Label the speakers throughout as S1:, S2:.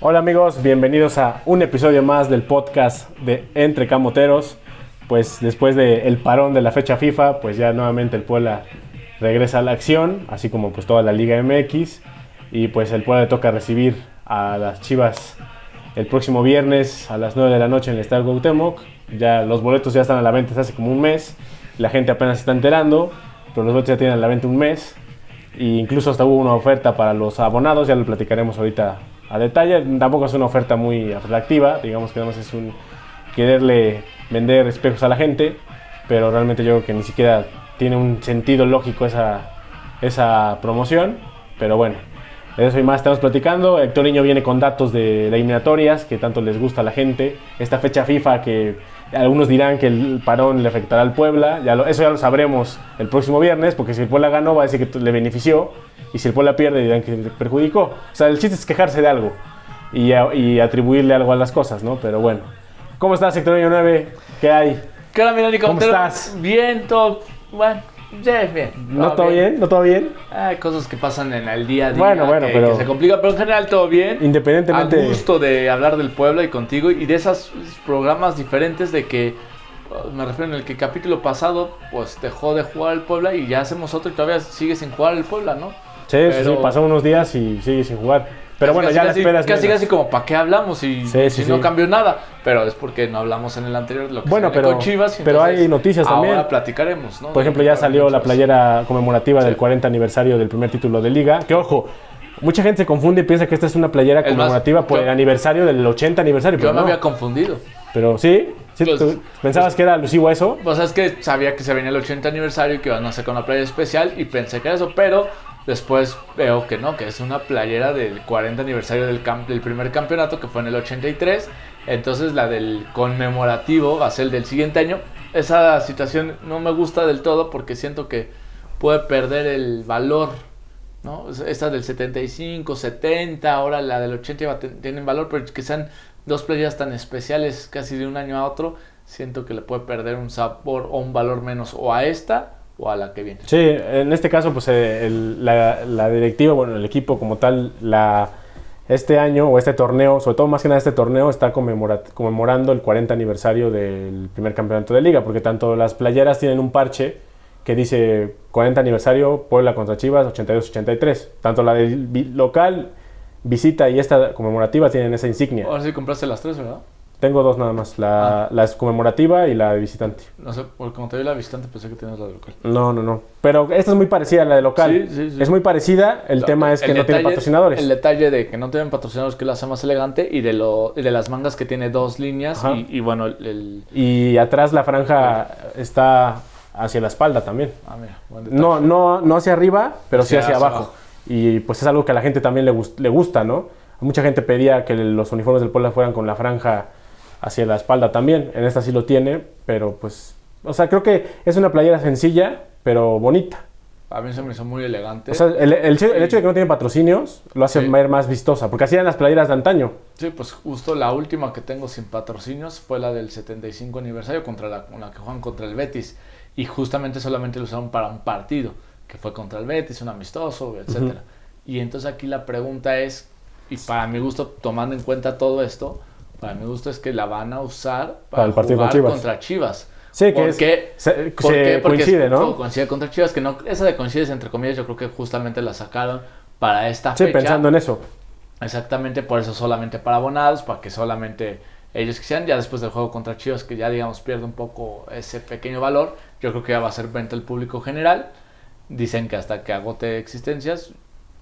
S1: Hola amigos, bienvenidos a un episodio más del podcast de Entre Camoteros. Pues después del parón de la fecha FIFA, pues ya nuevamente el Puebla regresa a la acción, así como pues toda la Liga MX. Y pues el Puebla le toca recibir a las Chivas el próximo viernes a las 9 de la noche en el Estadio Cuauhtémoc. Ya los boletos ya están a la venta desde hace como un mes. La gente apenas se está enterando, pero los boletos ya tienen a la venta un mes. E incluso hasta hubo una oferta para los abonados, ya lo platicaremos ahorita a detalle. Tampoco es una oferta muy atractiva, digamos que nada más es un quererle vender espejos a la gente, pero realmente yo creo que ni siquiera tiene un sentido lógico esa, esa promoción. Pero bueno, de eso y más estamos platicando. Héctor Niño viene con datos de eliminatorias que tanto les gusta a la gente. Esta fecha FIFA que algunos dirán que el parón le afectará al Puebla. Ya lo- eso ya lo sabremos el próximo viernes, porque si el Puebla ganó va a decir que t- le benefició. Y si el Puebla pierde dirán que le perjudicó. O sea, el chiste es quejarse de algo y, a- y atribuirle algo a las cosas, ¿no? Pero bueno. ¿Cómo estás, Héctor Niño 9? ¿Qué hay?
S2: ¿Qué onda, mi Dani?
S1: ¿Cómo
S2: te-
S1: estás?
S2: Bien, todo. Bueno, ya es bien.
S1: ¿No todo bien? ¿No todo bien?
S2: Hay cosas que pasan en el día a día.
S1: Bueno, bueno,
S2: que,
S1: pero-
S2: que se complica, pero en general todo bien.
S1: Independientemente-
S2: A gusto de hablar del pueblo y contigo y de esos programas diferentes de que. uh, Me refiero en el que el capítulo pasado, pues dejó de jugar el Puebla y ya hacemos otro y todavía sigue sin jugar el Puebla, ¿no?
S1: Sí, sí,
S2: Pero-
S1: sí, pasó unos días y sigue sin jugar. Pero
S2: Casi,
S1: bueno,
S2: casi,
S1: ya la
S2: casi,
S1: esperas.
S2: Casi,
S1: menos.
S2: casi como, ¿para qué hablamos si,
S1: Sí, sí,
S2: si no
S1: sí.
S2: cambió nada? Pero es porque no hablamos en el anterior lo que
S1: Bueno,
S2: se viene
S1: pero-
S2: con Chivas. y
S1: pero hay
S2: entonces
S1: noticias también.
S2: Ahora platicaremos, ¿no?
S1: Por ejemplo, ya salió la playera conmemorativa del
S2: Sí.
S1: 40 aniversario del primer título de liga. Que ojo, mucha gente se confunde y piensa que esta es una playera
S2: más,
S1: conmemorativa por
S2: yo-
S1: el aniversario del 80 aniversario.
S2: Yo
S1: Pero,
S2: me
S1: no.
S2: había confundido.
S1: pero sí, sí,
S2: Pues-
S1: tú pensabas que era alusivo a eso.
S2: O sea, es que sabía que se venía el 80 aniversario y que iban a sacar una playera especial y pensé que era eso, pero después veo que no, que es una playera del 40 aniversario del, camp- del primer campeonato que fue en el 83. Entonces la del conmemorativo va a ser el del siguiente año. Esa situación no me gusta del todo porque siento que puede perder el valor. ¿no? Es- Esta del 75, 70, ahora la del 80 va- ten- tienen valor, pero que sean dos playas tan especiales casi de un año a otro, siento que le puede perder un sabor o un valor menos o a esta o a la que viene.
S1: Sí, en este caso, pues eh, el- la, la directiva, bueno, el equipo como tal, la, este año o este torneo, sobre todo más que nada este torneo, está conmemora- conmemorando el 40 aniversario del primer campeonato de liga, porque tanto las playeras tienen un parche que dice 40 aniversario Puebla contra Chivas 82-83, tanto la del vi- local, visita y esta conmemorativa tienen esa insignia.
S2: Ahora sí compraste las tres, ¿verdad?
S1: Tengo dos nada más, la, la conmemorativa y la de visitante.
S2: No sé, porque como te vi la visitante pensé que tenías la del local.
S1: No, no, no. Pero esta es muy parecida a la de local.
S2: Sí, sí, sí.
S1: Es muy parecida. El
S2: La-
S1: tema es que no tiene
S2: detalle-
S1: patrocinadores.
S2: El detalle de que no tienen patrocinadores que la hace más elegante y de, lo, y de las mangas que tiene dos líneas
S1: Ajá.
S2: y, y bueno, el... el-
S1: Y atrás la franja está hacia la espalda también.
S2: ah, mira, buen detalle.
S1: No, no, no hacia arriba, pero sí
S2: Hacia-
S1: hacia
S2: hacia
S1: abajo.
S2: abajo.
S1: Y pues es algo que a la gente también le, gust- le gusta, ¿no? Mucha gente pedía que los uniformes del Puebla fueran con la franja hacia la espalda también. En esta sí lo tiene, pero pues... O sea, creo que es una playera sencilla, pero bonita.
S2: A mí se me hizo muy elegante.
S1: O sea, el, el hecho el hecho de que no tiene patrocinios lo hace
S2: Sí.
S1: ver más vistosa, porque así eran las playeras de antaño.
S2: Sí, pues justo la última que tengo sin patrocinios fue la del 75 aniversario contra la, con la que juegan contra el Betis. Y justamente solamente lo usaron para un partido, que fue contra el Betis, un amistoso, etcétera. Y entonces aquí la pregunta es, y para mi gusto, tomando en cuenta todo esto, para mi gusto es que la van a usar para,
S1: Para el partido
S2: jugar
S1: con Chivas.
S2: contra Chivas.
S1: Sí, que es-
S2: Porque-
S1: se-
S2: ¿por
S1: se
S2: qué? Porque
S1: coincide,
S2: es-
S1: ¿no?
S2: Coincide contra Chivas, que no, esa de coincides entre comillas, yo creo que justamente la sacaron para esta
S1: Sí,
S2: fecha.
S1: pensando en eso.
S2: Exactamente, por eso solamente para abonados, para que solamente ellos quisieran, ya después del juego contra Chivas, que ya digamos pierde un poco ese pequeño valor, yo creo que ya va a ser venta al público general. Dicen que hasta que agote existencias,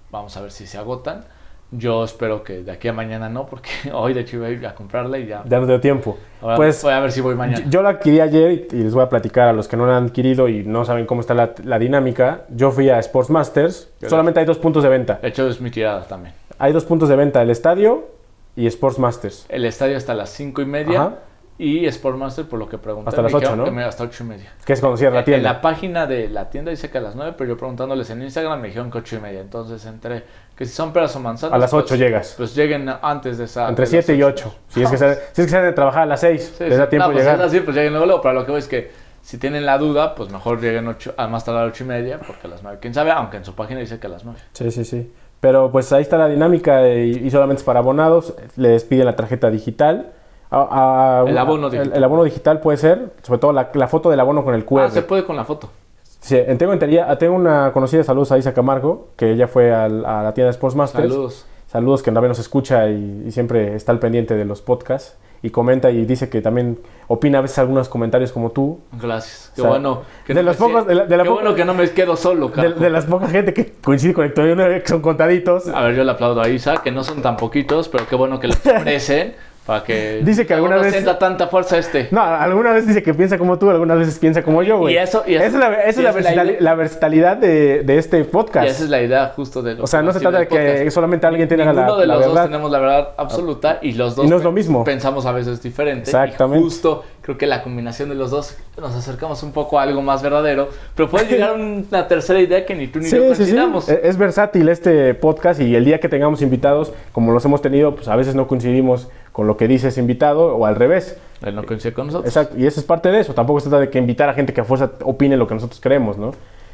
S2: vamos a ver si se agotan. Yo espero que de aquí a mañana no, porque hoy de hecho iba a ir a comprarla y ya.
S1: Ya no te dio tiempo.
S2: Ahora
S1: pues
S2: voy a ver si voy mañana.
S1: yo la adquirí ayer y y les voy a platicar a los que no la han adquirido y no saben cómo está la, la dinámica. Yo fui a Sports Masters.
S2: Yo
S1: Solamente hay dos puntos de venta.
S2: De hecho, es mi tirada también.
S1: Hay dos puntos de venta, el estadio y Sports Masters.
S2: El estadio hasta las cinco y media
S1: Ajá.
S2: y Sportmaster, por lo que pregunté.
S1: Hasta
S2: me
S1: las ocho,
S2: dijeron
S1: ¿no?
S2: que me- Hasta ocho y media.
S1: Que es cuando cierra la
S2: Eh, En- En
S1: tienda.
S2: la página de la tienda dice que a las 9, pero yo preguntándoles en Instagram me dijeron que 8 y media. Entonces entré, que si son peras o manzanas.
S1: A las ocho
S2: pues-
S1: llegas.
S2: Pues lleguen antes de esa.
S1: Entre
S2: de Ah, las
S1: 7 y 8. Si es que salen si es que salen de trabajar a las 6,
S2: Sí,
S1: les
S2: sí.
S1: da tiempo
S2: No, pues
S1: llegar.
S2: es así, pues lleguen luego, luego. Pero lo que voy es que si tienen la duda, pues mejor lleguen ocho, a más tardar a 8 y media, porque a las 9, quién sabe, aunque en su página dice que a las 9.
S1: Sí, sí, sí. Pero pues ahí está la dinámica eh, y, y solamente es para abonados. Les piden la tarjeta digital. A- a-
S2: El abono
S1: el- El,
S2: digital.
S1: abono digital puede ser, sobre todo la, la foto del abono con el QR.
S2: Ah, se puede con la foto.
S1: Sí, en- tengo, entería- tengo una conocida, saludos a Isa Camargo, que ella fue al- a, la tienda de Sportsmasters.
S2: Saludos.
S1: Saludos, que también nos escucha y, y siempre está al pendiente de los podcasts. Y comenta y dice que también opina a veces algunos comentarios como tú.
S2: Gracias. Qué
S1: O sea,
S2: bueno. que
S1: de
S2: no
S1: los
S2: me-
S1: pocos- de la- de la
S2: qué
S1: poca-
S2: bueno que no me quedo solo,
S1: De,
S2: carajo.
S1: de las pocas gente que coincide con Héctor, yo no que son contaditos.
S2: A ver, yo le aplaudo a Isa, que no son tan poquitos, pero qué bueno que lo expresen para que
S1: Dice que alguna
S2: no
S1: vez-
S2: sienta tanta fuerza este.
S1: No, alguna vez dice que piensa como tú, algunas veces piensa como yo, güey.
S2: Y eso- y eso-
S1: Esa es la, esa
S2: y
S1: es la
S2: esa es la
S1: versatili-
S2: idea.
S1: la versatilidad de, de este podcast.
S2: Y esa es la idea justo de lo
S1: o sea,
S2: que
S1: no se
S2: va a
S1: trata de
S2: decir el
S1: que
S2: podcast.
S1: solamente alguien tenga la,
S2: Ninguno de
S1: la
S2: los dos
S1: verdad.
S2: tenemos la verdad absoluta y los dos
S1: Y no es
S2: pe-
S1: lo mismo.
S2: pensamos a veces diferente.
S1: Exactamente.
S2: Y justo creo que la combinación de los dos nos acercamos un poco a algo más verdadero, pero puede llegar a una tercera idea que ni tú ni yo
S1: Sí, Eh, sí, sí.
S2: coincidamos.
S1: Es, es versátil este podcast y el día que tengamos invitados, como los hemos tenido, pues a veces no coincidimos con lo que dice ese invitado o al revés.
S2: Él no coincide con nosotros.
S1: Exacto, y eso es parte de eso. Tampoco se trata de que invitar a gente que a fuerza opine lo que nosotros creemos, ¿no?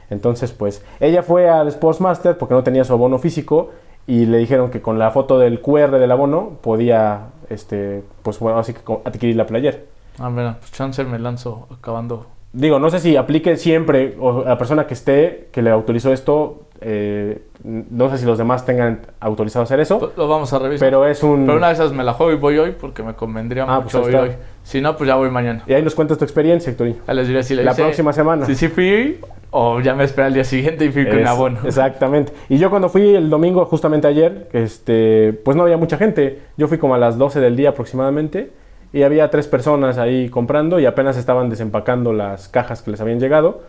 S1: Entonces, pues, ella fue al Sportsmaster porque no tenía su abono físico y le dijeron que con la foto del QR del abono podía, este, pues, bueno, así que co- adquirir la playera.
S2: Ah, mira, pues chance me lanzo acabando.
S1: Digo, no sé si aplique siempre o la persona que esté, que le autorizó esto, eh, no sé si los demás tengan autorizado hacer eso,
S2: Lo vamos a revisar.
S1: pero es un...
S2: Pues, Pero una de esas me la juego y voy hoy porque me convendría
S1: Mm. Ah,
S2: mucho
S1: pues ahí
S2: ir hoy.
S1: está.
S2: Si no, pues ya voy mañana.
S1: Y ahí nos cuentas tu experiencia, Hectorín.
S2: Ya les diré si le
S1: La
S2: hice-
S1: próxima semana.
S2: Si sí fui o ya me espera el día siguiente y fui con
S1: Es-
S2: abono.
S1: Exactamente. Y yo cuando fui el domingo, justamente ayer, este, pues no había mucha gente. Yo fui como a las 12 del día aproximadamente y había tres personas ahí comprando y apenas estaban desempacando las cajas que les habían llegado.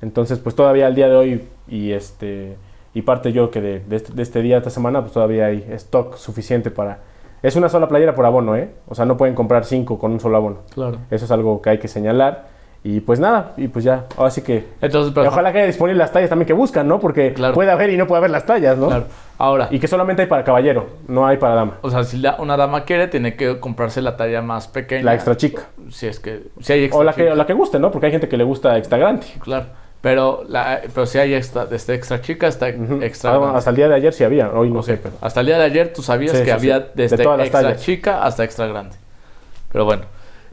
S1: Entonces, pues todavía al día de hoy y este y parte yo que de, de este, de este día a esta semana, pues todavía hay stock suficiente para... Es una sola playera por abono, ¿eh? O sea, no pueden comprar cinco con un solo abono.
S2: Claro.
S1: Eso es algo que hay que señalar. Y pues nada, y pues ya, ahora sí que
S2: Entonces,
S1: y
S2: pero-
S1: ojalá que haya disponibles las tallas también que buscan, ¿no? Porque
S2: Claro.
S1: puede haber y no puede haber las tallas, ¿no?
S2: Claro. Ahora,
S1: Y que solamente hay para caballero, no hay para dama.
S2: o sea, si la- una dama quiere, tiene que comprarse la talla más pequeña.
S1: La extra chica.
S2: Si es que. Si hay extra.
S1: O la, que,
S2: chica,
S1: o la que guste, ¿no? Porque hay gente que le gusta extra grande.
S2: Claro. Pero, la, pero si hay extra, desde extra chica hasta extra.
S1: Ah,
S2: grande.
S1: hasta el día de ayer sí había, hoy no
S2: Ok,
S1: sé, pero.
S2: Hasta el día de ayer tú sabías
S1: Sí,
S2: que
S1: sí,
S2: había
S1: sí.
S2: desde
S1: De todas las
S2: extra
S1: tallas.
S2: chica hasta extra grande. Pero bueno.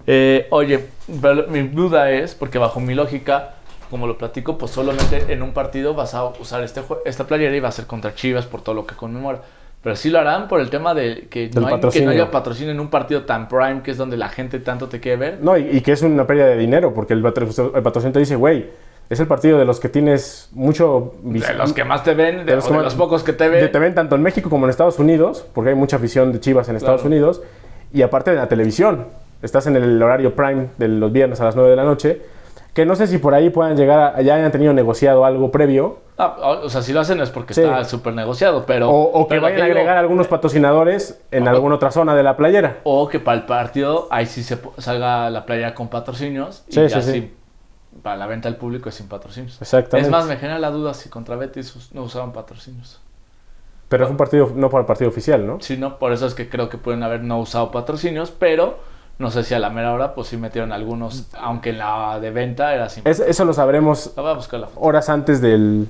S2: Eh, oye, pero mi duda es, porque bajo mi lógica, como lo platico, pues solamente en un partido vas a usar este jue- esta playera y va a ser contra Chivas por todo lo que conmemora. Pero sí lo harán por el tema de que
S1: Del
S2: no, hay, que
S1: patrocinio.
S2: no haya patrocinio en un partido tan prime, que es donde la gente tanto te quiere ver.
S1: No, y, y que es una pérdida de dinero, porque el, patro- el patrocinio te dice, güey, es el partido de los que tienes mucho. vis-
S2: De los que más te ven, de, o de los,
S1: que más-
S2: pocos que te
S1: que
S2: ven.
S1: te ven tanto en México como en Estados Unidos, porque hay mucha afición de Chivas en Estados
S2: Claro.
S1: Unidos, y aparte de la televisión, estás en el horario prime de los viernes a las 9 de la noche, que no sé si por ahí puedan llegar, a, ya hayan tenido negociado algo previo,
S2: Ah, o- o sea, si lo hacen es porque
S1: Sí.
S2: está súper negociado, pero...
S1: o, o que
S2: pero
S1: vayan a
S2: te digo, eh,
S1: agregar algunos patrocinadores en
S2: Ajá.
S1: alguna otra zona de la playera.
S2: O que para el partido ahí sí se po- salga la playa con patrocinios y
S1: Sí,
S2: ya
S1: sí, sí.
S2: sí, para la venta al público es sin patrocinios.
S1: Exactamente.
S2: Es más, me genera la duda si contra Betis us- no usaban patrocinios.
S1: Pero es un partido, no para el partido oficial, ¿no?
S2: Si no, por eso es que creo que pueden haber no usado patrocinios, pero no sé si a la mera hora pues sí metieron algunos, aunque en la de venta era sin
S1: Es- eso lo sabremos
S2: La voy a buscar la foto.
S1: horas antes del,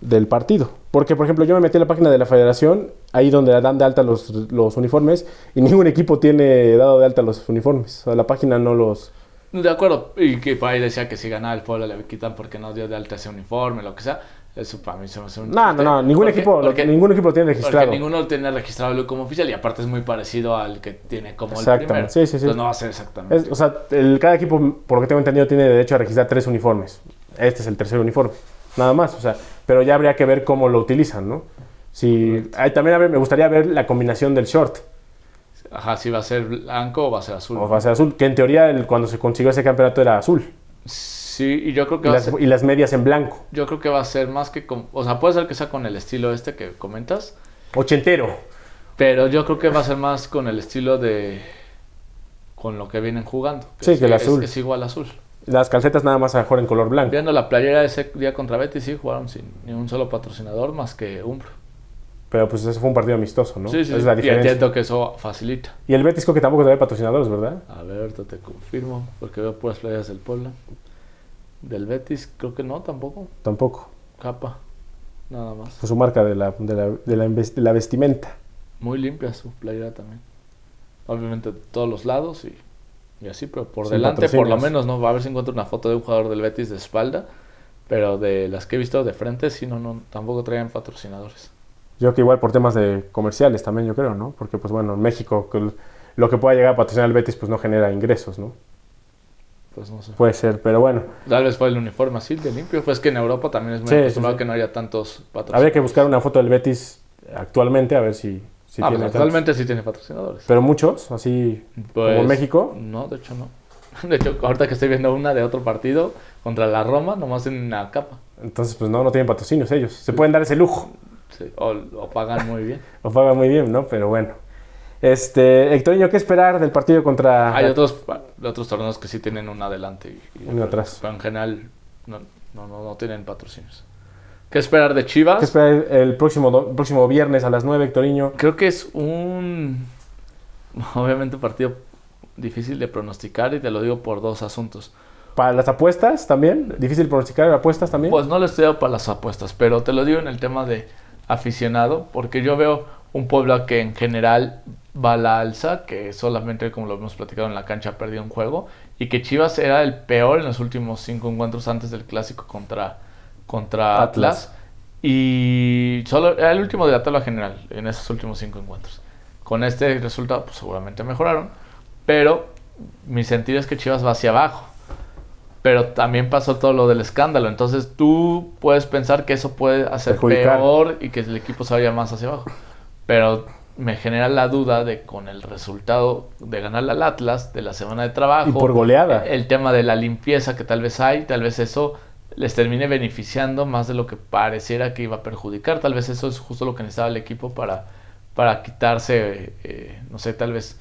S1: del partido. Porque, por ejemplo, yo me metí a la página de la federación, ahí donde dan de alta los, los uniformes, y ningún equipo tiene dado de alta los uniformes. O sea, la página no los...
S2: De acuerdo, y que por ahí decía que si ganaba el pueblo le quitan porque no dio de alta ese uniforme, lo que sea. Eso para mí se me hace un...
S1: No, no, no, ningún,
S2: Porque-
S1: equipo, lo-
S2: porque-
S1: ningún equipo lo tiene
S2: Porque
S1: registrado.
S2: ninguno tiene registrado como oficial y aparte es muy parecido al que tiene como el
S1: Exactamente,
S2: primero.
S1: sí, sí, sí.
S2: Entonces no va a ser exactamente.
S1: Es- o sea, el- cada equipo, por lo que tengo entendido, tiene derecho a registrar tres uniformes. Este es el tercer uniforme, nada más. O sea, pero ya habría que ver cómo lo utilizan, ¿no? Si, ahí también a ver, me gustaría ver la combinación del short.
S2: Ajá, si va a ser blanco o va a ser azul.
S1: O sea, azul, que en teoría el- cuando se consiguió ese campeonato era azul.
S2: Sí, y yo creo
S1: Y
S2: que va a
S1: las,
S2: ser,
S1: y las medias en blanco.
S2: yo creo que va a ser más que con, o sea, puede ser que sea con el estilo este que comentas,
S1: Ochentero.
S2: pero yo creo que va a ser más con el estilo de con lo que vienen jugando.
S1: Sí,
S2: es-
S1: que el
S2: es-
S1: azul.
S2: Es, igual azul.
S1: Las calcetas nada más a lo mejor en color blanco.
S2: Viendo la playera de ese día contra Betis, sí jugaron sin ni un solo patrocinador más que Umbro.
S1: Pero pues eso fue un partido amistoso, ¿no?
S2: Sí, sí,
S1: Esa es
S2: sí.
S1: la
S2: y
S1: diferencia.
S2: entiendo que eso facilita.
S1: Y el Betis creo que tampoco trae patrocinadores, ¿verdad?
S2: A ver, ahorita te confirmo, porque veo puras playas del Puebla. Del Betis, creo que no, tampoco.
S1: Tampoco. Pues,
S2: Capa. nada más.
S1: Su marca de la, de la, de la inves- de la vestimenta.
S2: Muy limpia su playera también. Obviamente de todos los lados y, y así, pero por
S1: Sin
S2: delante por lo
S1: patrocinios.
S2: menos, ¿no? Va a ver si encuentro una foto de un jugador del Betis de espalda. Pero de las que he visto de frente, sí, no, no, tampoco traían patrocinadores.
S1: Yo creo que igual por temas de comerciales también, yo creo, ¿no? Porque, pues bueno, en México que l- lo que pueda llegar a patrocinar el Betis, pues no genera ingresos, ¿no?
S2: Pues no sé.
S1: Puede ser, pero bueno,
S2: Tal vez fue el uniforme así, de limpio. Pues que en Europa también es muy
S1: Sí, sí,
S2: acostumbrado
S1: sí.
S2: que no haya tantos
S1: habría
S2: patrocinadores.
S1: que buscar una foto del Betis actualmente, a ver si, si tiene
S2: ah, pues
S1: tantos.
S2: actualmente sí tiene patrocinadores.
S1: Pero muchos, así como
S2: Pues,
S1: en México.
S2: No, de hecho no. De hecho, ahorita que estoy viendo una de otro partido contra la Roma, nomás en una capa.
S1: Entonces, pues no, no tienen patrocinios ellos. Se pueden dar ese lujo.
S2: Sí, o, o pagan muy bien.
S1: Lo pagan muy bien, ¿no? Pero bueno. Este, Hectorinho, ¿qué esperar del partido contra...
S2: Hay otros, pa- otros torneos que sí tienen un adelante. Y, y
S1: Uno atrás.
S2: Pero en general no, no, no, no tienen patrocinios. ¿Qué esperar de Chivas?
S1: ¿Qué esperar el próximo, do- próximo viernes a las 9, Hectorinho?
S2: Creo que es un. Obviamente, un partido difícil de pronosticar y te lo digo por dos asuntos.
S1: Para las apuestas también, difícil pronosticar apuestas también.
S2: Pues no lo he estudiado para las apuestas, pero te lo digo en el tema de aficionado, porque yo veo un Puebla que en general va a la alza, que solamente como lo hemos platicado en la cancha perdió un juego, y que Chivas era el peor en los últimos cinco encuentros antes del clásico contra, contra
S1: Atlas.
S2: Atlas. Y solo era el último de la tabla general en esos últimos cinco encuentros. Con este resultado, pues seguramente mejoraron. Pero mi sentido es que Chivas va hacia abajo. Pero también pasó todo lo del escándalo. Entonces tú puedes pensar que eso puede hacer
S1: Perjudicar.
S2: peor y que el equipo se vaya más hacia abajo. Pero me genera la duda de con el resultado de ganar al Atlas de la semana de trabajo.
S1: Y por goleada.
S2: El tema de la limpieza que tal vez hay, tal vez eso les termine beneficiando más de lo que pareciera que iba a perjudicar. Tal vez eso es justo lo que necesitaba el equipo para, para quitarse, eh, no sé, tal vez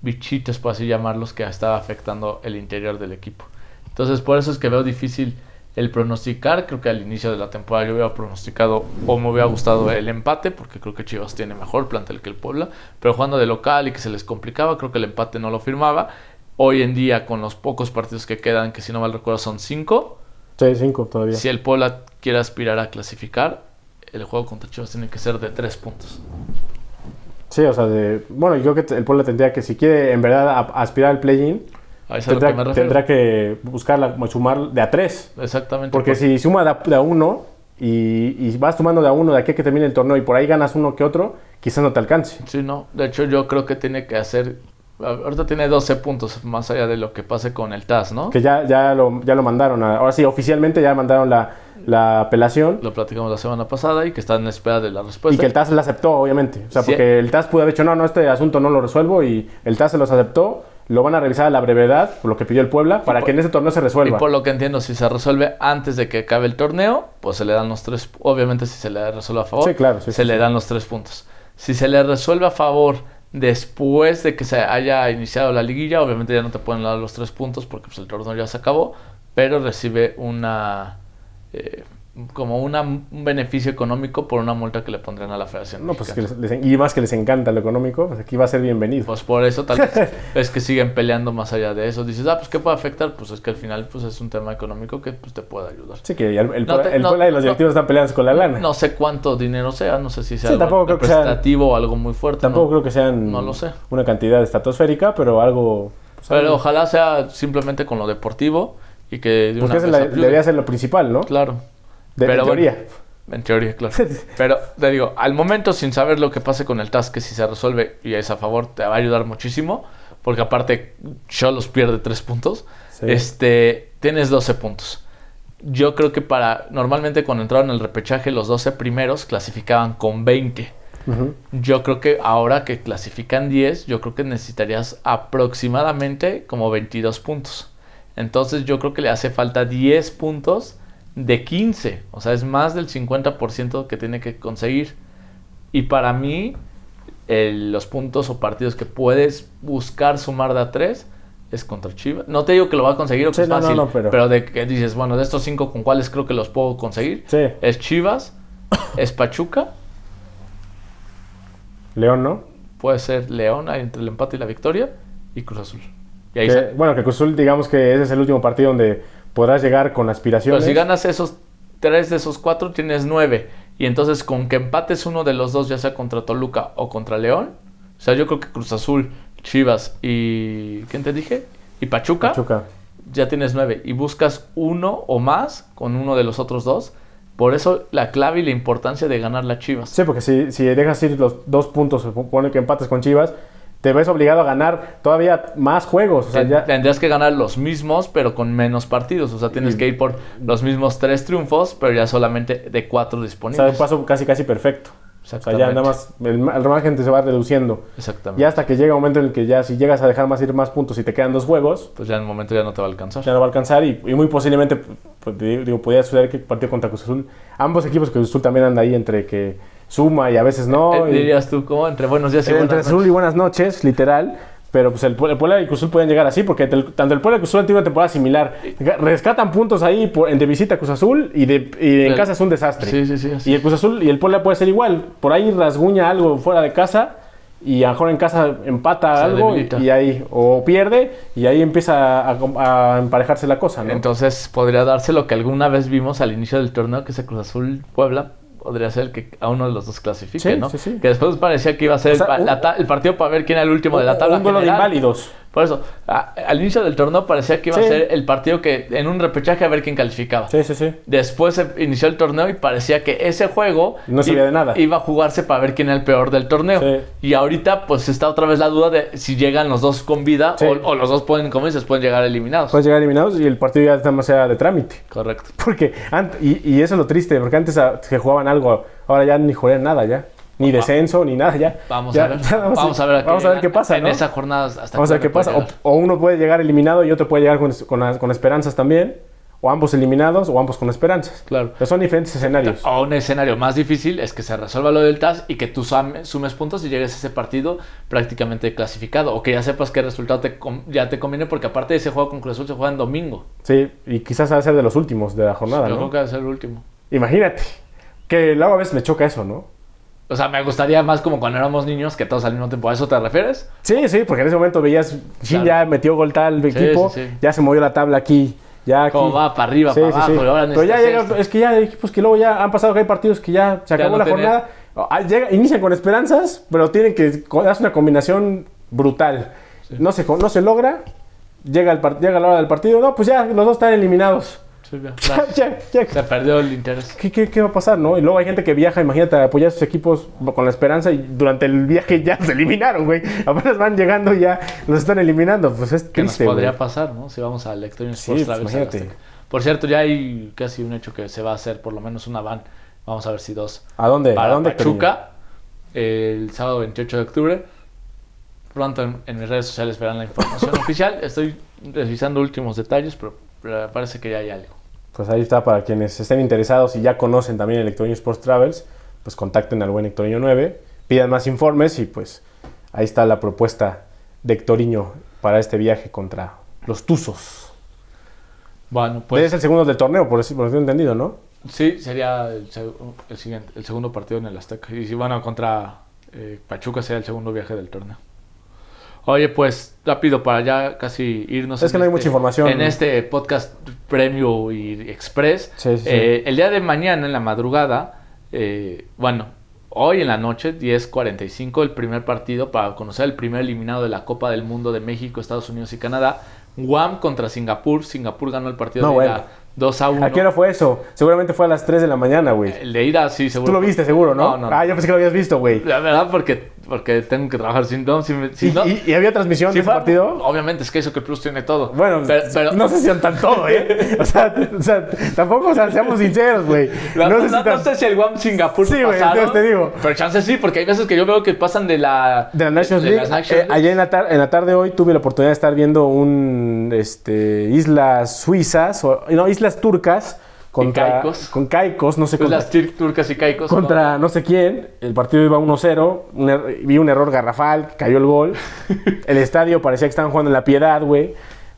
S2: bichitos, por así llamarlos, que estaba afectando el interior del equipo. Entonces, por eso es que veo difícil el pronosticar. Creo que al inicio de la temporada yo hubiera pronosticado o me hubiera gustado el empate, porque creo que Chivas tiene mejor plantel que el Puebla. Pero jugando de local y que se les complicaba, creo que el empate no lo firmaba. Hoy en día, con los pocos partidos que quedan, que si no mal recuerdo son cinco,
S1: Sí, 5 todavía.
S2: si el Puebla quiere aspirar a clasificar, el juego contra Chivas tiene que ser de tres puntos.
S1: Sí, o sea, de, bueno, yo creo que el pueblo tendría que, si quiere en verdad a- aspirar al play-in,
S2: A eso es a lo que me
S1: tendrá,
S2: refiero.
S1: tendrá que buscar la- sumar de a 3.
S2: Exactamente.
S1: Porque si suma de a- de a 1 y, y vas sumando de a 1 de aquí a que termine el torneo y por ahí ganas uno que otro, quizás no te alcance.
S2: Sí, no. De hecho, yo creo que tiene que hacer. Ahorita tiene 12 puntos más allá de lo que pase con el TAS, ¿no?
S1: Que ya, ya, lo, ya lo mandaron. a- ahora sí, oficialmente ya mandaron la, la apelación
S2: Lo platicamos la semana pasada y que están en espera de la respuesta.
S1: y que el TAS la aceptó, obviamente. O sea,
S2: Sí.
S1: porque el TAS pudo haber dicho, no, no, este asunto no lo resuelvo y el TAS se los aceptó. Lo van a revisar a la brevedad, por lo que pidió el Puebla, para
S2: por-
S1: que en ese torneo se
S2: Y
S1: resuelva.
S2: por lo que entiendo, si se resuelve antes de que acabe el torneo, pues se le dan los tres. Obviamente, si se le resuelve a favor,
S1: Sí, claro, sí,
S2: se
S1: sí,
S2: le
S1: sí.
S2: dan los tres puntos. Si se le resuelve a favor después de que se haya iniciado la liguilla, obviamente ya no te pueden dar los tres puntos porque pues, el torneo ya se acabó, pero recibe una. eh, como una- un beneficio económico por una multa que le pondrían a la Federación.
S1: No, pues que
S2: Mexicana.
S1: les- les- y más que les encanta lo económico, pues aquí va a ser bienvenido.
S2: Pues por eso tal vez es que siguen peleando más allá de eso. Dices, ah, pues ¿qué puede afectar? Pues es que al final pues es un tema económico que pues, te puede ayudar.
S1: sí, que el, el,
S2: No te-
S1: el
S2: no-
S1: Puebla y los
S2: no-
S1: directivos están peleando con la lana.
S2: No sé cuánto dinero sea, no sé si sea
S1: Sí,
S2: algo
S1: tampoco creo que sea-
S2: representativo o algo muy fuerte.
S1: Tampoco
S2: ¿no?
S1: creo que sean
S2: No lo sé.
S1: una cantidad estratosférica, pero algo. pues,
S2: Pero
S1: algo-
S2: ojalá sea simplemente con lo deportivo y que de una
S1: porque esa
S2: vez
S1: es la-
S2: ayude.
S1: debería ser lo principal, ¿no?
S2: Claro.
S1: De,
S2: Pero
S1: en
S2: bueno,
S1: teoría.
S2: en teoría, claro. Pero te digo, al momento sin saber lo que pase con el task, que si se resuelve y es a favor, te va a ayudar muchísimo. Porque aparte, Cholos pierde tres puntos.
S1: Sí.
S2: Este, tienes 12 puntos. Yo creo que para. Normalmente cuando entraron al repechaje, los 12 primeros clasificaban con 20.
S1: Ujú.
S2: Yo creo que ahora que clasifican 10, yo creo que necesitarías aproximadamente como 22 puntos. Entonces yo creo que le hace falta 10 puntos de 15. O sea, es más del 50% que tiene que conseguir. Y para mí, el- los puntos o partidos que puedes buscar sumar de a 3 es contra Chivas. No te digo que lo va a conseguir o que
S1: Sí,
S2: es
S1: no, no,
S2: fácil,
S1: no, pero-
S2: pero... de que dices, bueno, de estos 5 con cuáles creo que los puedo conseguir.
S1: Sí,
S2: Es Chivas, es Pachuca.
S1: León, ¿no?
S2: puede ser León ahí entre el empate y la victoria y Cruz Azul. Y ahí
S1: Que-
S2: se-
S1: bueno, que Cruz Azul, digamos que ese es el último partido donde podrás llegar con
S2: Pero
S1: aspiraciones.
S2: si ganas esos tres de esos cuatro, tienes nueve. Y entonces con que empates uno de los dos, ya sea contra Toluca o contra León, o sea, yo creo que Cruz Azul, Chivas y... ¿Quién te dije? Y Pachuca,
S1: Pachuca.
S2: ya tienes nueve. Y buscas uno o más con uno de los otros dos. Por eso la clave y la importancia de ganar las Chivas.
S1: Sí, porque si, si dejas ir los dos puntos, se supone que empates con Chivas, te ves obligado a ganar todavía más juegos. O sea,
S2: Ten-
S1: ya-
S2: Tendrías que ganar los mismos, pero con menos partidos. O sea, tienes
S1: Y-
S2: que ir por los mismos tres triunfos, pero ya solamente de cuatro
S1: o sea, un
S2: disponibles.
S1: paso casi casi perfecto. O sea,
S2: Exactamente.
S1: ya nada más, el, ma- el margen te se va reduciendo.
S2: Exactamente.
S1: Ya hasta que llega un momento en el que ya si llegas a dejar más ir más puntos y te quedan dos juegos,
S2: Pues ya en el momento ya no te va a alcanzar.
S1: ya no va a alcanzar y, y muy posiblemente, pues, di- digo, podría suceder que el partido contra Cruz Azul, ambos equipos que Cruz Azul también anda ahí entre que suma y a veces no.
S2: Eh,
S1: y-
S2: Dirías tú, ¿cómo? Entre buenos días y
S1: entre
S2: buenas
S1: Azul y
S2: noches.
S1: buenas noches, literal. Pero pues el, Pue- el Puebla y Cruz Azul pueden llegar así, porque tel- tanto el Puebla y Cruz Azul han tenido una temporada similar. Ga- Rescatan puntos ahí por- en- de visita a Cruz Azul y, de, y en
S2: Claro.
S1: casa es un desastre.
S2: Sí, sí, sí. así.
S1: Y el Cruz Azul y el Puebla puede ser igual. Por ahí rasguña algo fuera de casa y a lo mejor en casa empata
S2: Se
S1: algo y,
S2: debilita.
S1: y ahí o pierde y ahí empieza a, com- a emparejarse la cosa, ¿no?
S2: Entonces podría darse lo que alguna vez vimos al inicio del torneo, que se Cruz Azul Puebla podría ser el que a uno de los dos clasifique,
S1: Sí,
S2: ¿no?
S1: sí, sí.
S2: Que después parecía que iba a ser
S1: O sea,
S2: el, pa-
S1: un-
S2: la ta- el partido para ver quién era el último de la tabla.
S1: un duelo de
S2: general.
S1: inválidos.
S2: Por eso, a- al inicio del torneo parecía que iba
S1: Sí.
S2: a ser el partido que en un repechaje a ver quién calificaba.
S1: Sí, sí, sí.
S2: Después se inició el torneo y parecía que ese juego
S1: No servía
S2: iba,
S1: de nada.
S2: iba a jugarse para ver quién era el peor del torneo.
S1: Sí.
S2: Y ahorita pues está otra vez la duda de si llegan los dos con vida
S1: Sí. Pues,
S2: o, o los dos pueden, como dices, pueden llegar eliminados.
S1: Puedes llegar eliminados y el partido ya está más allá de trámite.
S2: Correcto.
S1: Porque ant- y, y eso es lo triste, porque antes a- se jugaban algo, ahora ya ni juegan nada ya. Ni descenso, ni nada ya.
S2: Vamos
S1: Ya-
S2: a ver.
S1: ya
S2: vamos, a ver, a
S1: vamos a ver qué pasa,
S2: En
S1: ¿no?
S2: esas jornadas hasta
S1: Vamos a ver qué
S2: cuándo
S1: pasa.
S2: puede
S1: O,
S2: llegar.
S1: o uno puede llegar eliminado y otro puede llegar con, es- con las- con esperanzas también. O ambos eliminados o ambos con esperanzas.
S2: Claro.
S1: Pero son diferentes escenarios.
S2: O un escenario más difícil es que se resuelva lo del TAS y que tú sam- sumes puntos y llegues a ese partido prácticamente clasificado. O que ya sepas qué resultado te com- ya te conviene, porque aparte de ese juego con Cruz Azul se juega en domingo.
S1: Sí, y quizás va a ser de los últimos de la jornada,
S2: Yo
S1: Ah, ¿no?
S2: creo que va a ser el último.
S1: Imagínate. Que luego a veces me choca eso, ¿no?
S2: O sea, me gustaría más como cuando éramos niños que todos al mismo tiempo. ¿A eso te refieres?
S1: Sí, sí, porque en ese momento veías, sí,
S2: Claro.
S1: ya metió gol tal equipo,
S2: sí, sí.
S1: ya se movió la tabla aquí, ya aquí.
S2: Como va para arriba,
S1: Sí,
S2: para
S1: sí,
S2: abajo,
S1: sí.
S2: y ahora este
S1: Pero ya
S2: necesitas
S1: llega,
S2: esto.
S1: es que ya hay equipos que luego ya han pasado que hay partidos que ya se acabó
S2: no
S1: la
S2: tienen-
S1: jornada. Ah, llega- inician con esperanzas, pero tienen que co- hacer una combinación brutal. No, se, co- no se logra, llega, el par- llega la hora del partido, no, pues ya los dos están eliminados.
S2: Sí, ya.
S1: Ya, ya, ya.
S2: Se perdió el interés.
S1: ¿Qué, qué, qué va a pasar, no? Y luego hay gente que viaja, imagínate, a apoyar a sus equipos con la esperanza y durante el viaje ya se eliminaron, güey. Apenas van llegando y ya los están eliminando. Pues es
S2: que nos
S1: triste,
S2: podría
S1: güey.
S2: pasar, ¿no? Si vamos al Electronic
S1: Sí, pues,
S2: Sports Travel
S1: imagínate.
S2: Azteca. Por cierto, ya hay casi un hecho que se va a hacer por lo menos una van. Vamos a ver si dos.
S1: ¿A dónde?
S2: Para
S1: ¿A dónde,
S2: Pachuca, el sábado 28 de octubre. Pronto en, en mis redes sociales verán la información oficial. Estoy revisando últimos detalles, pero, pero parece que ya hay algo.
S1: Pues ahí está, para quienes estén interesados y ya conocen también Electronic Sports Travels, pues contacten al buen Hectorinho 9, pidan más informes y pues ahí está la propuesta de Hectorinho para este viaje contra los Tuzos.
S2: Bueno,
S1: Pues, es
S2: pues
S1: el segundo del torneo, por decir- por lo que tengo entendido, ¿no?
S2: sí, sería el, seg- el siguiente, el segundo partido en el Azteca. Y si van a contra eh, Pachuca, sería el segundo viaje del torneo. Oye, pues rápido para ya casi irnos.
S1: Es
S2: en
S1: que no hay mucha información.
S2: En este podcast Premio y Express.
S1: Sí, sí, sí.
S2: Eh, el día de mañana, en la madrugada, eh, bueno, hoy en la noche, 10.45, el primer partido para conocer el primer eliminado de la Copa del Mundo de México, Estados Unidos y Canadá. Guam contra Singapur. Singapur ganó el partido
S1: No,
S2: de ida
S1: bueno.
S2: 2 a 1.
S1: ¿A qué hora fue eso? Seguramente fue a las 3 de la mañana, güey.
S2: El de ida, sí,
S1: Tú
S2: seguro.
S1: lo viste, seguro, ¿no?
S2: No,
S1: Ah, yo pensé que lo habías visto, güey.
S2: La verdad, porque, porque tengo que trabajar sin no, si me- si
S1: ¿Y,
S2: no-
S1: y- y había transmisión
S2: si
S1: de ese
S2: fuera-
S1: partido?
S2: Obviamente, es que eso que Plus tiene todo.
S1: Bueno,
S2: Pero- pero-
S1: no sé si tan todo, ¿eh? O sea, o sea, tampoco, o sea, seamos sinceros, güey.
S2: La-
S1: No
S2: no,
S1: sé si
S2: no
S1: tan-
S2: sé si el Guam Singapur
S1: Sí, güey,
S2: pasaron,
S1: entonces te digo.
S2: Pero chance sí, porque hay veces que yo veo que pasan de la
S1: De la Nations
S2: de- de
S1: League.
S2: la Nations
S1: Eh,
S2: League.
S1: ayer en la, tar- en la tarde hoy tuve la oportunidad de estar viendo un este, islas suizas, o, no, islas turcas contra
S2: caicos.
S1: con caicos, no sé
S2: Pues
S1: contra,
S2: las tir- turcas y caicos. ¿no?
S1: contra no sé quién. El partido iba 1-0, un er- vi un error garrafal, cayó el gol. el estadio parecía que estaban jugando en la piedad, güey.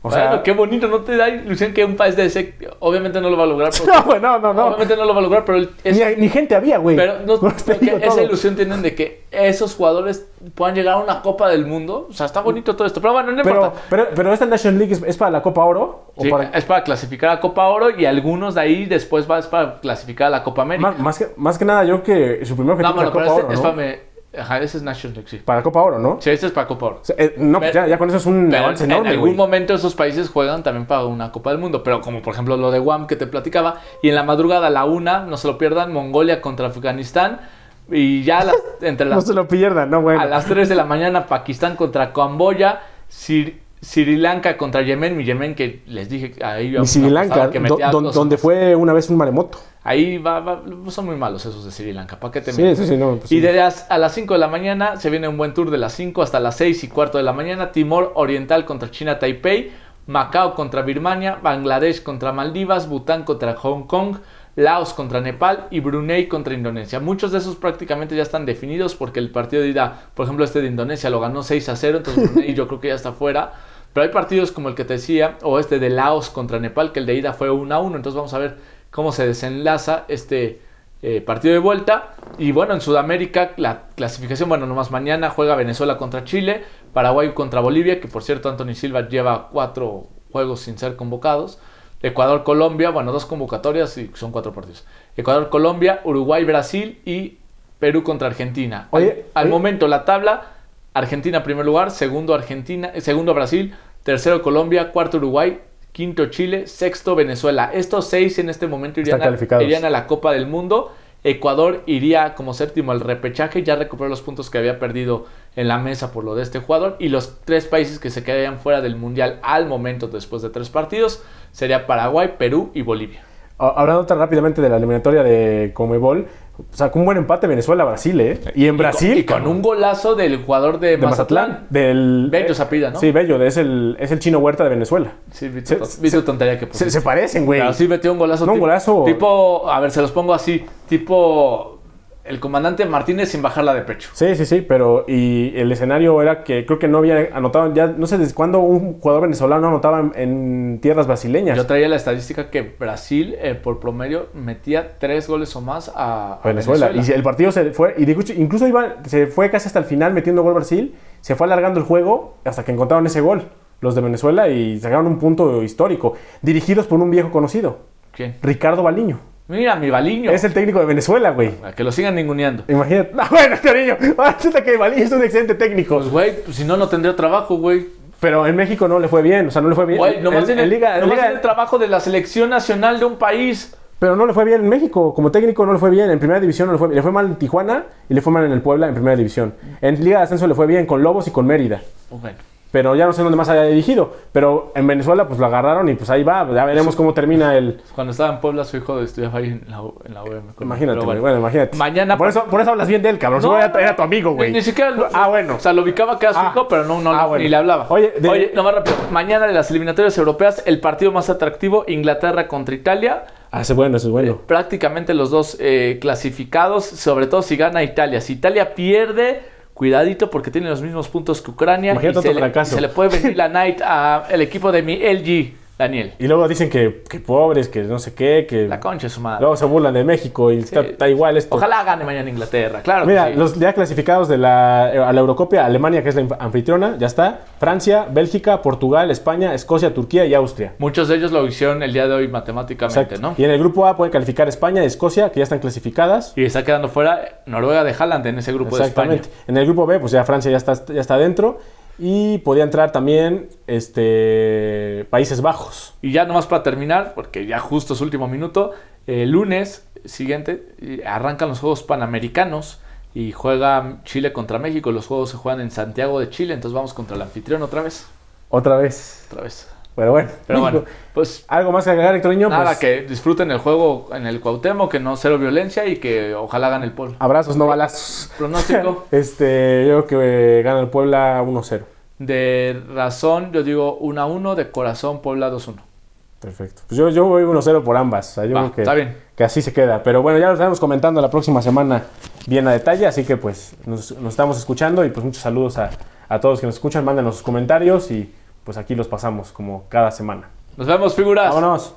S1: O sea,
S2: bueno, qué bonito, ¿no te da ilusión que un país de ese, obviamente no lo va a lograr? porque-
S1: no, güey, no, no, no.
S2: Obviamente no lo va a lograr, pero él es-
S1: Ni, ni gente había, güey.
S2: Pero no,
S1: Por eso te
S2: creo que
S1: digo
S2: esa
S1: todo.
S2: ilusión tienen de que esos jugadores puedan llegar a una Copa del Mundo. O sea, está bonito todo esto. Pero bueno, no
S1: Pero,
S2: importa.
S1: pero, pero esta National League es, es para la Copa Oro o
S2: Sí,
S1: para-
S2: Es para clasificar a Copa Oro y algunos de ahí después vas para clasificar a la Copa América.
S1: más, más que, más que nada yo creo que su primer
S2: no,
S1: objetivo es
S2: bueno,
S1: la
S2: pero
S1: Copa
S2: este
S1: Oro,
S2: es
S1: ¿no?
S2: para...
S1: Para...
S2: me- Ajá, ese es National League, sí.
S1: Copa Oro, ¿no?
S2: Sí, este es para Copa Oro.
S1: O sea, eh, no,
S2: Pero-
S1: pues ya, ya con eso es un
S2: Pero
S1: avance
S2: en
S1: enorme,
S2: algún
S1: güey.
S2: momento esos países juegan también para una Copa del Mundo. Pero como por ejemplo lo de Guam que te platicaba. Y en la madrugada a la una, no se lo pierdan, Mongolia contra Afganistán. Y ya las- entre
S1: No
S2: las
S1: se lo pierdan, no, bueno.
S2: A las 3 de la mañana, Pakistán contra Camboya, Sir- Sri Lanka contra Yemen, mi Yemen que les dije que ahí
S1: Y
S2: íbamos
S1: Sri
S2: a
S1: Lanka,
S2: pasar, pues, que
S1: do-
S2: metía
S1: don-
S2: los-
S1: donde fue una vez un maremoto.
S2: Ahí va, va- son muy malos esos de Sri Lanka, ¿para qué te
S1: Sí,
S2: miento?
S1: sí, sí, no. pues
S2: Y
S1: sí.
S2: de las, a las 5 de la mañana se viene un buen tour de las 5 hasta las 6 y cuarto de la mañana. Timor Oriental contra China Taipei, Macao contra Birmania, Bangladesh contra Maldivas, Bután contra Hong Kong, Laos contra Nepal y Brunei contra Indonesia. Muchos de esos prácticamente ya están definidos porque el partido de ida, por ejemplo, este de Indonesia lo ganó 6 a 0, entonces Brunei yo creo que ya está fuera. Pero hay partidos como el que te decía, o este de Laos contra Nepal, que el de ida fue 1 a 1. Entonces vamos a ver cómo se desenlaza este eh, partido de vuelta. Y bueno, en Sudamérica la clasificación, bueno, nomás mañana juega Venezuela contra Chile, Paraguay contra Bolivia, que por cierto Anthony Silva lleva cuatro juegos sin ser convocados. Ecuador, Colombia, bueno, dos convocatorias y son cuatro partidos. Ecuador, Colombia, Uruguay, Brasil y Perú contra Argentina. Al-
S1: Oye,
S2: al
S1: oye.
S2: momento la tabla, Argentina en primer lugar, segundo Argentina, eh, segundo Brasil, tercero Colombia, cuarto Uruguay, quinto Chile, sexto Venezuela. Estos seis en este momento
S1: Están
S2: irían a,
S1: calificados.
S2: irían a la Copa del Mundo. Ecuador iría como séptimo al repechaje, ya recuperó los puntos que había perdido en la mesa por lo de este jugador. Y los tres países que se quedarían fuera del Mundial al momento después de tres partidos sería Paraguay, Perú y Bolivia.
S1: A- Hablando tan rápidamente de la eliminatoria de Comebol, sacó un buen empate Venezuela-Brasil, ¿eh? Y en Brasil.
S2: Y con,
S1: cabrón,
S2: un golazo del jugador de,
S1: De Mazatlán.
S2: Mazatlán.
S1: Del,
S2: Bello Zapida, ¿no?
S1: Sí, Bello, es el, es el chino Huerta de Venezuela.
S2: Sí, vi
S1: Se-
S2: tu, vi tu tontería que
S1: Se,
S2: pusiste.
S1: se parecen, güey.
S2: Pero sí metió un golazo.
S1: No, un
S2: tipo-
S1: golazo.
S2: Tipo, a ver, se los pongo así. Tipo, el comandante Martínez sin bajarla de pecho.
S1: Sí, sí, sí, pero y el escenario era que creo que no había anotado, ya no sé desde cuándo un jugador venezolano anotaba en, en tierras brasileñas.
S2: Yo traía la estadística que Brasil, eh, por promedio, metía tres goles o más a, a
S1: Venezuela. Y el partido se fue, y de hecho, incluso iba, se fue casi hasta el final metiendo gol Brasil, se fue alargando el juego hasta que encontraron ese gol, los de Venezuela, y sacaron un punto histórico, dirigidos por un viejo conocido,
S2: ¿Quién?
S1: Ricardo Baliño.
S2: Mira, mi Baliño.
S1: Es el técnico de Venezuela, güey.
S2: A Que lo sigan ninguneando.
S1: Imagínate. No, bueno, cariño, resulta que Baliño es un excelente técnico.
S2: Pues, güey, pues, si no, no tendría trabajo, güey.
S1: Pero en México no le fue bien, o sea, no le fue bien.
S2: Güey, nomás
S1: En-
S2: tiene,
S1: en Liga- en
S2: nomás
S1: Liga-
S2: tiene trabajo de la selección nacional de un país.
S1: Pero no le fue bien en México, como técnico no le fue bien, en primera división no le fue bien, le fue mal en Tijuana y le fue mal en el Puebla en primera división. En Liga de Ascenso le fue bien con Lobos y con Mérida,
S2: Pues, bueno.
S1: pero ya no sé dónde más haya dirigido, pero en Venezuela pues lo agarraron y pues ahí va, ya veremos cómo termina el...
S2: pues, Cuando estaba en Puebla, su hijo estudiaba ahí en la, U- en la UM.
S1: Imagínate,
S2: Pero
S1: güey, bueno, imagínate.
S2: Mañana-
S1: Por eso, por eso hablas bien de él, cabrón,
S2: No,
S1: seguro
S2: no,
S1: era, era tu
S2: no.
S1: amigo, güey.
S2: Ni, ni siquiera. lo-
S1: Ah, bueno.
S2: O sea, lo ubicaba que era su
S1: Ah.
S2: hijo, pero no, no,
S1: Ah,
S2: no,
S1: bueno.
S2: ni le hablaba.
S1: Oye, de-
S2: Oye, nomás rápido. Mañana de las eliminatorias europeas, el partido más atractivo, Inglaterra contra Italia.
S1: Ah, ese es bueno, ese es
S2: eh,
S1: bueno.
S2: Prácticamente los dos eh, clasificados, sobre todo si gana Italia. Si Italia pierde, cuidadito porque tiene los mismos puntos que Ucrania.
S1: Imagínate
S2: y se,
S1: otro
S2: le,
S1: fracaso.
S2: se le puede venir la night al equipo de mi LG, Daniel.
S1: Y luego dicen que, que pobres, que no sé qué, que...
S2: La concha de su madre.
S1: Luego se burlan de México y está, está igual esto.
S2: Ojalá gane mañana Inglaterra, claro. que
S1: Mira,
S2: sí.
S1: los ya clasificados de la, eh, a la Eurocopia, Alemania, que es la inf- anfitriona, ya está. Francia, Bélgica, Portugal, España, Escocia, Turquía y Austria.
S2: Muchos de ellos lo hicieron el día de hoy matemáticamente,
S1: Exacto.
S2: ¿no?
S1: Y en el grupo A pueden calificar España y Escocia, que ya están clasificadas.
S2: Y está quedando fuera Noruega de Haaland en ese grupo de España.
S1: Exactamente. En el grupo B, pues ya Francia ya está, ya está dentro. Y podía entrar también este, Países Bajos.
S2: Y ya nomás para terminar, porque ya justo es último minuto, el lunes siguiente eh, arrancan los Juegos Panamericanos y juega Chile contra México. Los Juegos se juegan en Santiago de Chile, entonces vamos contra el anfitrión otra vez.
S1: Otra vez.
S2: Otra vez.
S1: Pero bueno.
S2: Pero bueno,
S1: digo,
S2: pues
S1: Algo más que agregar, Héctor Niño.
S2: nada,
S1: Pues,
S2: que disfruten el juego en el Cuauhtémoc, que no cero violencia y que ojalá gane el polo.
S1: Abrazos, no balazos.
S2: Pronóstico.
S1: este, yo creo que eh, gana el Puebla 1-0.
S2: De razón, yo digo 1 a 1, de corazón, Puebla 2-1.
S1: Perfecto. Pues yo, yo voy 1-0 por ambas. O sea, yo
S2: Va,
S1: creo que,
S2: está bien.
S1: que así se queda. Pero bueno, ya lo estaremos comentando la próxima semana bien a detalle. Así que pues nos, nos estamos escuchando y pues muchos saludos a, a todos que nos escuchan. Mándenos sus comentarios y
S2: pues aquí los pasamos como cada semana.
S1: Nos vemos, figuras.
S2: Vámonos.